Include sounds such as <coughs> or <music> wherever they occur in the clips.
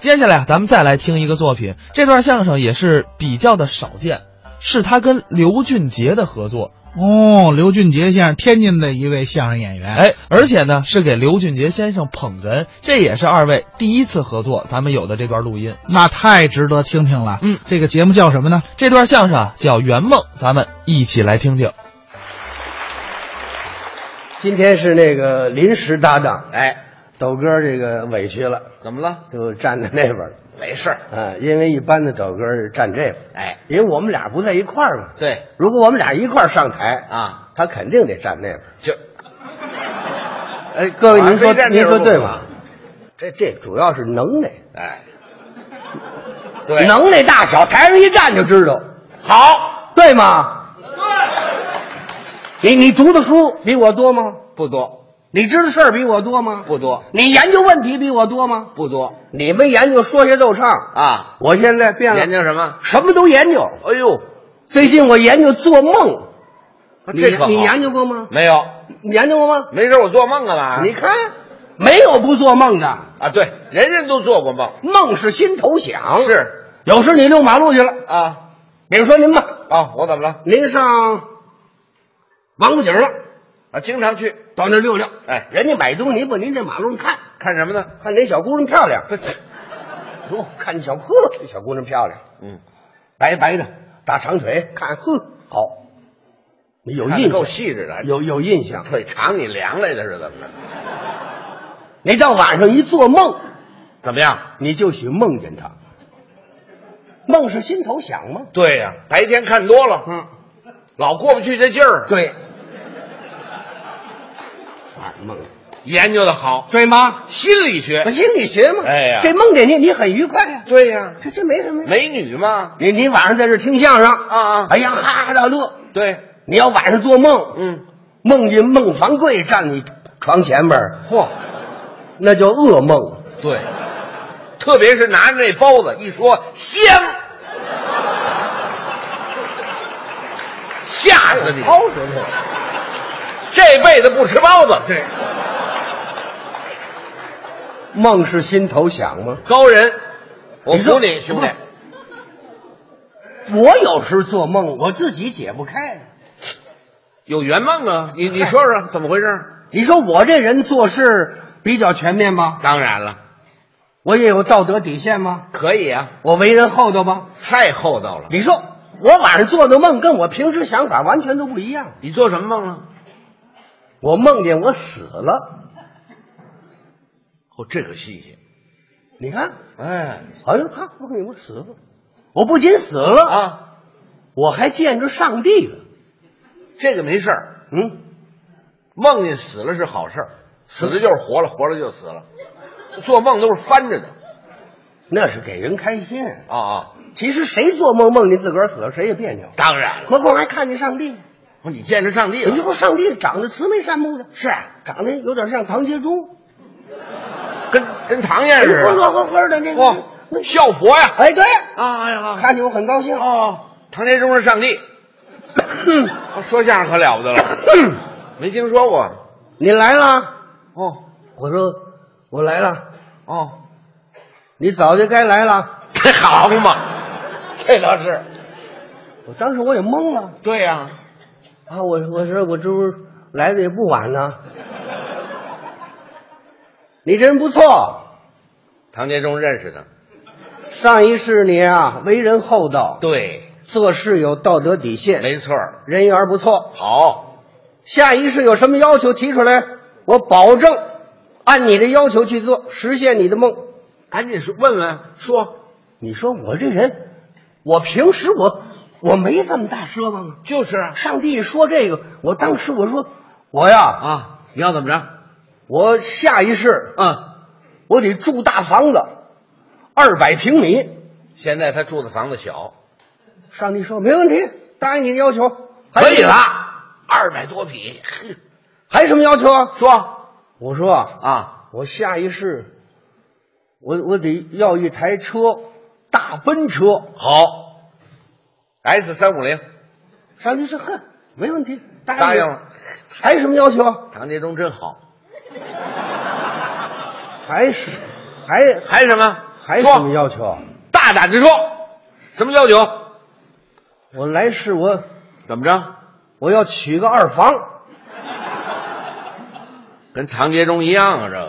接下来咱们再来听一个作品，这段相声也是比较的少见，是他跟刘俊杰的合作，哦，刘俊杰先生，天津的一位相声演员。，哎，而且呢是给刘俊杰先生捧哏，这也是二位第一次合作，咱们有的这段录音。那太值得听听了。嗯，这个节目叫什么呢？这段相声啊叫《圆梦》，咱们一起来听听。今天是那个临时搭档，哎，斗哥这个委屈了，怎么了？就站在那边了。没事儿。啊，因为一般的斗哥是站这边，哎，因为我们俩不在一块儿嘛。对如果我们俩一块儿上台啊，他肯定得站那边。就哎，各位您说非站那您边说不对行吗？这这主要是能耐，哎，对，能耐大小，台上一站就知道，好对吗？对。你你读的书比我多吗？不多，你知道事儿比我多吗？不多，你研究问题比我多吗？不多你们研究说学逗唱，啊！我现在变了，研究什么？什么都研究。哎呦，最近我研究做梦，你这可你好研究过吗？没有？你研究过吗？没事，我做梦干嘛？你看，啊没有不做梦的，啊，对，人人都做过梦，梦是心头想。，是有时你遛马路去了，啊比如说您吧，啊，我怎么了？您上王府井了，啊，经常去到那儿溜溜，哎人家买东西，你把您这马路上看看什么呢？看哪小姑娘漂亮，不是哟，看小呵，这小姑娘漂亮，嗯，白白的，大长腿，看呵好，你有看印得够象，细致的，有有印象。腿长你量来的是怎么着？ <laughs> 你到晚上一做梦，怎么样？你就许梦见他。梦是心头想吗？对呀、白天看多了，嗯，老过不去这劲儿，对。晚上梦，研究的好，对吗？心理学 <laughs> 我，心理学嘛。哎呀这梦见你，你很愉快呀、对呀、这这没什么呀。美女嘛，你你晚上在这儿听相声啊啊哎呀哈哈大乐。对，你要晚上做梦，嗯，梦见孟凡贵站你床前面儿，嚯，那叫噩梦。对，特别是拿着那包子一说香，吓死你！掏出来，这辈子不吃包子，对。梦是心头想吗？高人，我你说服你兄弟，我有时做梦，我自己解不开。有圆梦啊！你你说说怎么回事？你说我这人做事比较全面吗？当然了，我也有道德底线吗？可以啊，我为人厚道吗？太厚道了。你说我晚上做的梦跟我平时想法完全都不一样。你做什么梦了？我梦见我死了，哦，这个新鲜，你看，哎好像他梦见我死了。我不仅死了，啊，我还见着上帝了。这个没事儿，嗯，梦见死了是好事儿，死了就是活了，活了就死了，做梦都是翻着的那是给人开心。啊啊！其实谁做梦梦见自个儿死了，谁也别扭。当然了，哎何况还看见上帝。不哦你见着上帝你了，说上帝长得慈眉善目的，是啊长得有点像唐杰忠，跟跟唐先生似乐的，呵呵的那啊哇个。那，效佛呀！哎，对，哎呀，看见我很高兴。嗯哦，唐杰忠是上 <coughs> 帝，哦说相声可了不得了， <coughs> 没听说过。你来了，哦我说我来了，哦，你早就该来了。这好嘛，这倒是。我当时我也懵了对呀、啊，我我说我这不是来的也不晚呢。 <laughs> 你真不错，唐杰忠认识他。上一世你啊为人厚道，对，做事有道德底线，没错儿。人缘不错。好，下一世有什么要求提出来，我保证按你的要求去做，实现你的梦。赶紧说，问问说，你说我这人，我平时我我没这么大奢望啊。就是啊上帝说这个，我当时我说我呀，啊，你要怎么着？我下一世嗯，我得住大房子，二百平米。现在他住的房子小，上帝说没问题，答应你的要求，可以了，二百多匹。哼还有什么要求啊？说我说啊，啊，我下一世，我我得要一台车，大奔车。好，S 三五零上帝说哼，没问题，答应答你应。了。还有什么要求啊？唐杰忠真好，还是还还什么？还有说什么要求？大胆的说，什么要求？我来世我怎么着？我要娶个二房，跟唐杰忠一样啊，这个。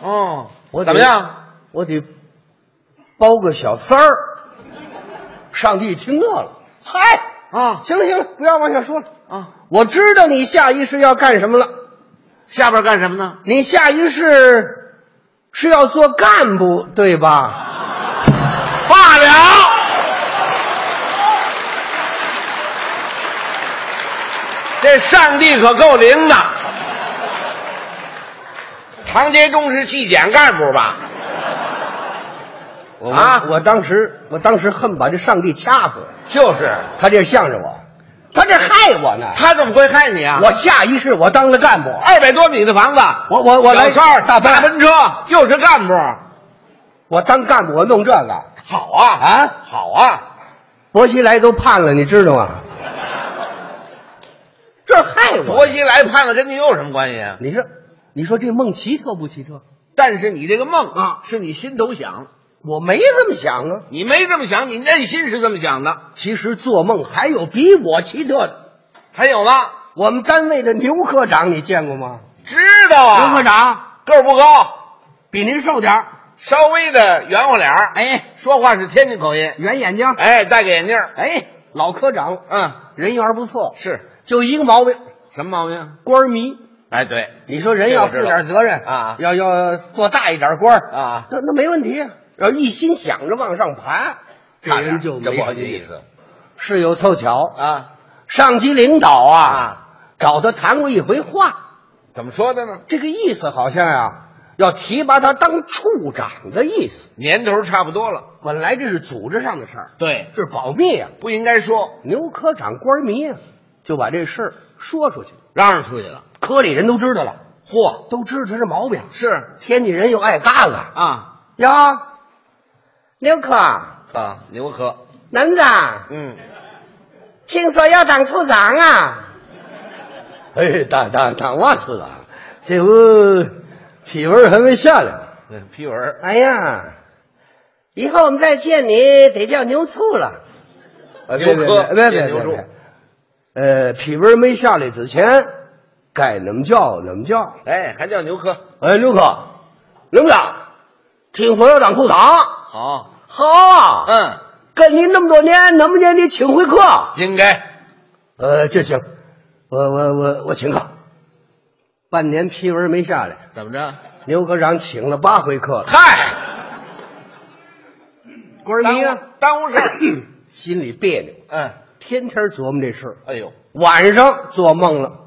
哦，我得怎么样？？我得包个小三儿。上帝一听乐了，嗨啊行了行了，不要往下说了啊！我知道你下一世要干什么了，下边干什么呢？你下一世是要做干部对吧？罢了。这上帝可够灵的。唐杰忠是纪检干部吧？我啊我当时我当时恨把这上帝掐死，就是，他这向着我，他这害我呢。他怎么会害你啊？我下一世我当了干部，二百多米的房子，我我我来小三儿大奔大奔车，又是干部，我当干部我弄这个，好啊啊，好啊！薄熙来都判了，你知道吗？这害我！薄熙来判了跟你有什么关系啊？你说，你说这梦奇特不奇特？但是你这个梦啊是你心头想，我没这么想啊。你没这么想，你内心是这么想的。其实做梦还有比我奇特的。还有呢，我们单位的牛科长你见过吗？知道啊，牛科长个儿不高，比您瘦点儿，稍微的圆乎脸儿，哎，说话是天津口音，圆眼睛，哎，戴个眼镜儿，哎，老科长嗯，人缘不错，是就一个毛病，什么毛病？官迷。哎，对，你说人要负点责任这我知道啊要要做大一点官儿啊那那没问题啊。要一心想着往上爬，这差点人就这没不什好么意意思。思是有凑巧，啊。上级领导啊啊找他谈过一回话，怎么说的呢？这个意思好像啊要提拔他当处长的意思。年头差不多了，本来这是组织上的事儿，对，这是保密啊。不应该说，牛科长官迷啊，就把这事儿说出去了，嚷嚷出去了。科里人都知道了，嚯，都知道他这毛病。是天津人又爱干了。啊哟，刘科，啊，牛科，能子，嗯，听说要当处长啊？ <laughs> 哎，当当当嘛处长？这不体味还没下来。嗯批文哎呀，以后我们再见你得叫牛处了。啊别牛别科别见别牛柱别，呃，脾味没下来之前，该怎么叫怎么叫。哎，还叫牛科，哎，刘科，刘子，听说要当处长，好，好啊，嗯，跟您那么多年，能不能你请回客？应该呃，这行，我我我我请客。半年批文没下来，怎么着？牛科长请了八回客了，嗨，官迷耽啊误，耽误事 <coughs> 儿，心里别扭，嗯，天天琢磨这事儿。哎呦，晚上做梦了，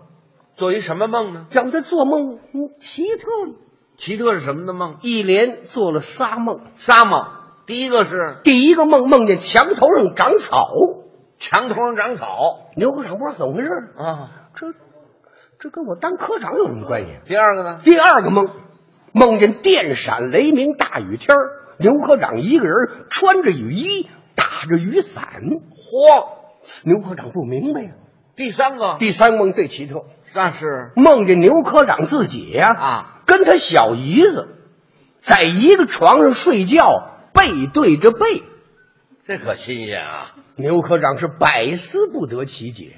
做一什么梦呢？让他做梦嗯奇特呢，奇特是什么的梦？一连做了仨梦。仨梦，第一个是第一个梦梦见墙头上长草，墙头上长草牛科长不知道怎么回事儿，啊，这这跟我当科长有什么关系？啊第二个呢？第二个梦，梦见电闪雷鸣大雨天儿牛科长一个人穿着雨衣，打着雨伞。嚯，牛科长不明白呀、第三个第三个梦最奇特，那是梦见牛科长自己呀、啊跟他小姨子在一个床上睡觉，背对着背。这可新鲜啊，牛科长是百思不得其解，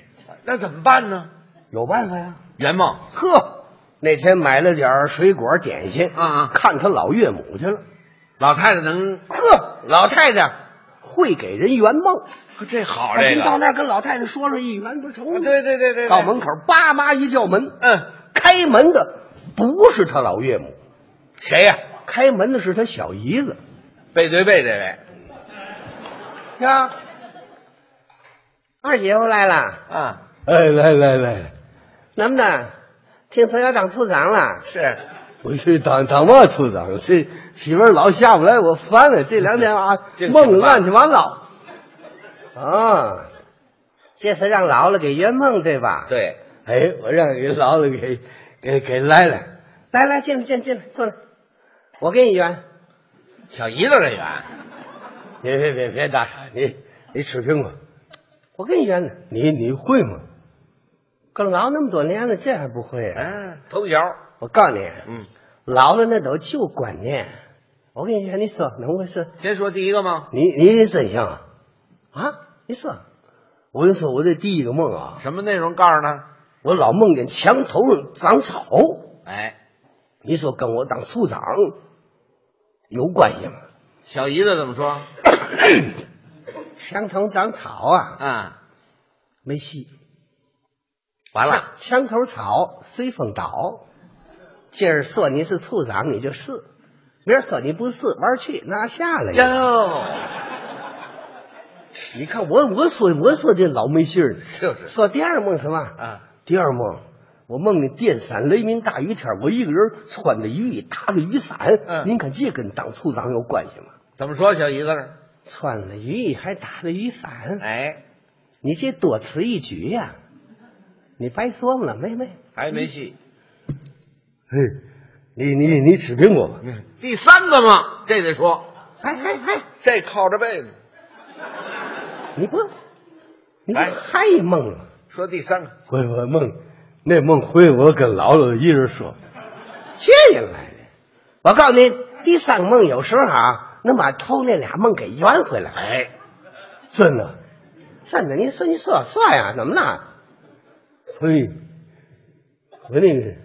那怎么办呢？有办法呀？圆梦。呵，那天买了点儿水果点心啊看他老岳母去了。老太太能呵，老太太会给人圆梦。这好您这个，到那儿跟老太太说说一圆不成对对对对对，到门口叭叭一叫门，嗯，开门的不是他老岳母，谁呀、开门的是他小姨子背对背这位呀。二姐夫来了，啊，哎，来来来，能不能？听说要当处长了，是我去当当嘛处长，这媳妇儿老下不来，我烦了。这两天 <laughs> 啊这，个梦怎么办乱七八糟。啊，这次让姥姥给圆梦对吧？对，哎，我让你老了给给给来来。来来，进来进来进来，坐来，我给你圆。小姨子人员，别别别别大傻，你你吃苹果，我给你圆呢，你你会吗？跟老那么多年了，这还不会啊？嗯、头条，我告诉你，嗯，老了那都旧观念。我跟你说，你说能不是？先说第一个吗？你你真行啊！啊，你说，我跟你说，我这第一个梦啊，什么内容告诉他？我老梦见墙头上长草。哎，你说跟我当处长有关系吗？小姨子怎么说？ <coughs> 墙头长草啊，啊，没戏。完了，墙墙头草随风倒。今儿说你是处长，你就是；明儿说你不是，玩儿去拿下来呀。哟，你看我我说我说这老没信儿呢。就是说第二梦什么？啊，第二梦，我梦见电闪雷鸣大雨天，我一个人穿着雨衣，打着雨伞。嗯您看这跟当处长有关系吗？怎么说小姨子呢？穿了雨衣还打着雨伞，哎，你这多此一举呀、你白琢磨了，妹妹。还没戏。嗯，你你你指定我吧？第三个嘛，这得说，哎哎哎，这靠着背呢。你不，你不哎还梦了？说第三个，我我梦，那梦回我跟姥姥一人说，这人来的。我告诉你，第三梦有时候啊，能把头那俩梦给圆回来。哎，真的，真的，你说你说说呀，怎么了？嘿，我那个，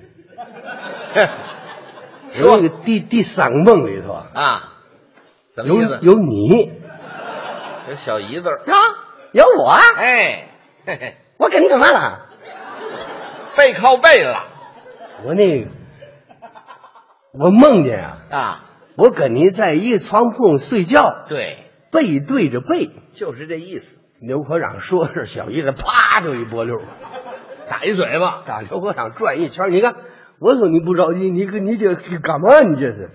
我那个第第三梦里头啊 <laughs> 啊，怎么有意思？有你有小姨子儿，啊，有我啊，哎，嘿嘿，我跟你干嘛了？背靠背了我那个，我梦见啊。啊，我跟你在一个床铺睡觉，对，背对着背。就是这意思。刘科长说是小姨子，啪就一波溜，打一嘴巴，打刘科长转一圈。你看，我说你不着急，你跟你这干嘛？你这是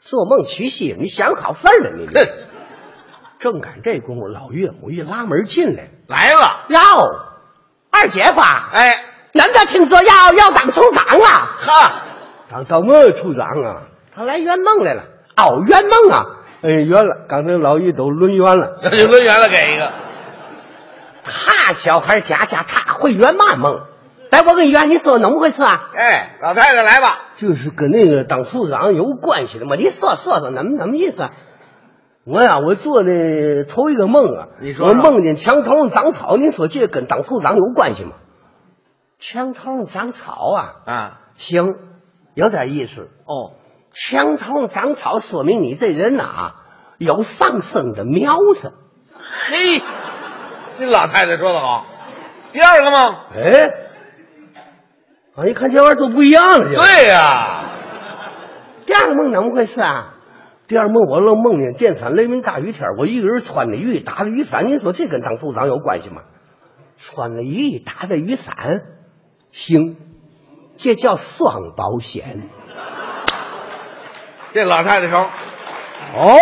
做梦取戏，你想好份儿了？你这哼，正赶这功夫，老岳母一拉门进来，来了，哟，二姐夫，哎，哎，恁这听说要要当处长了？哈，当当么处长啊？他来圆梦来了。哦，圆梦啊！哎，圆了，刚才老岳都抡圆了。那就抡圆了给一个，他小孩家家他会圆嘛梦？来，我跟圆你说怎么回事啊？哎，老太太来吧，就是跟那个当处长有关系的嘛。你说说说，怎么怎么意思啊？我呀，我做的头一个梦啊，你说我说梦见墙头上长草，你说这跟当处长有关系吗？墙头上长草啊，啊，行，有点意思。哦，墙头上长草，说明你这人呐、有上升的苗子。嘿，这老太太说的好。第二个嘛，哎，啊，一看这玩意儿都不一样了，这。对呀、第二个梦怎么回事啊？第二梦我愣梦见电闪雷鸣大雨天，我一个人穿着雨衣打着雨伞，你说这跟当处长有关系吗？穿着雨衣打着雨伞，行，这叫双保险。这老太太说。哦，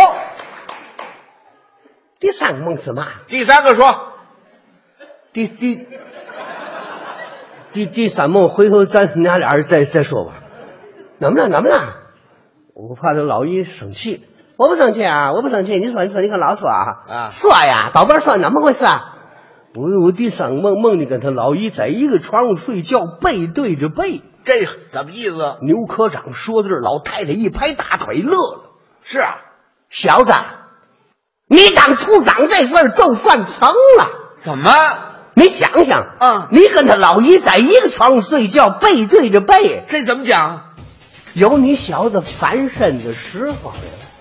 第三个梦什么？第三个说，第第第第三梦，回头咱娘俩人再再说吧。怎么了？怎么了？我怕这老一生气。我不生气啊，我不生气。你说，你说，你可老说啊啊说呀，宝贝儿说怎么回事啊？我我第三个梦梦见跟他老姨在一个床上睡觉，背对着背。这怎么意思？牛科长说到这儿，老太太一拍大腿乐了。是啊，小子，你当处长这份儿就算成了。怎么？你想想，啊你跟他老姨在一个床上睡觉，背对着背，这怎么讲？有你小子翻身的时候了。